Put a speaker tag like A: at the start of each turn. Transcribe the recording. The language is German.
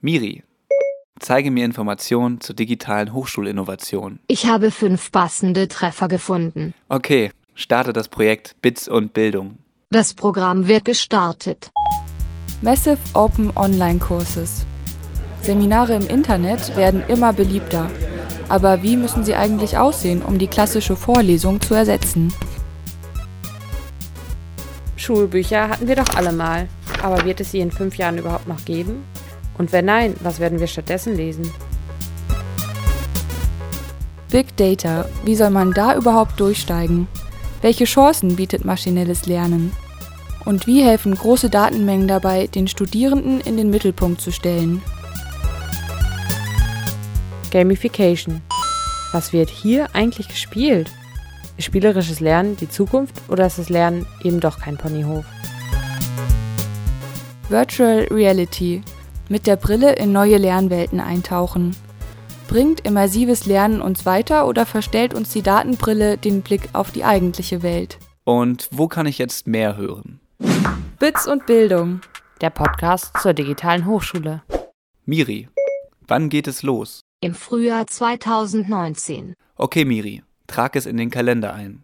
A: Miri, zeige mir Informationen zu digitalen Hochschulinnovationen.
B: Ich habe fünf passende Treffer gefunden.
A: Okay, starte das Projekt Bits und Bildung.
B: Das Programm wird gestartet.
C: Massive Open Online Courses. Seminare im Internet werden immer beliebter. Aber wie müssen sie eigentlich aussehen, um die klassische Vorlesung zu ersetzen?
D: Schulbücher hatten wir doch alle mal. Aber wird es sie in fünf Jahren überhaupt noch geben? Und wenn nein, was werden wir stattdessen lesen?
C: Big Data. Wie soll man da überhaupt durchsteigen? Welche Chancen bietet maschinelles Lernen? Und wie helfen große Datenmengen dabei, den Studierenden in den Mittelpunkt zu stellen?
D: Gamification. Was wird hier eigentlich gespielt? Ist spielerisches Lernen die Zukunft oder ist das Lernen eben doch kein Ponyhof?
C: Virtual Reality. Mit der Brille in neue Lernwelten eintauchen. Bringt immersives Lernen uns weiter oder verstellt uns die Datenbrille den Blick auf die eigentliche Welt?
A: Und wo kann ich jetzt mehr hören?
C: Bits und Bildung.
D: Der Podcast zur digitalen Hochschule.
A: Miri, wann geht es los?
B: Im Frühjahr 2019.
A: Okay, Miri, trag es in den Kalender ein.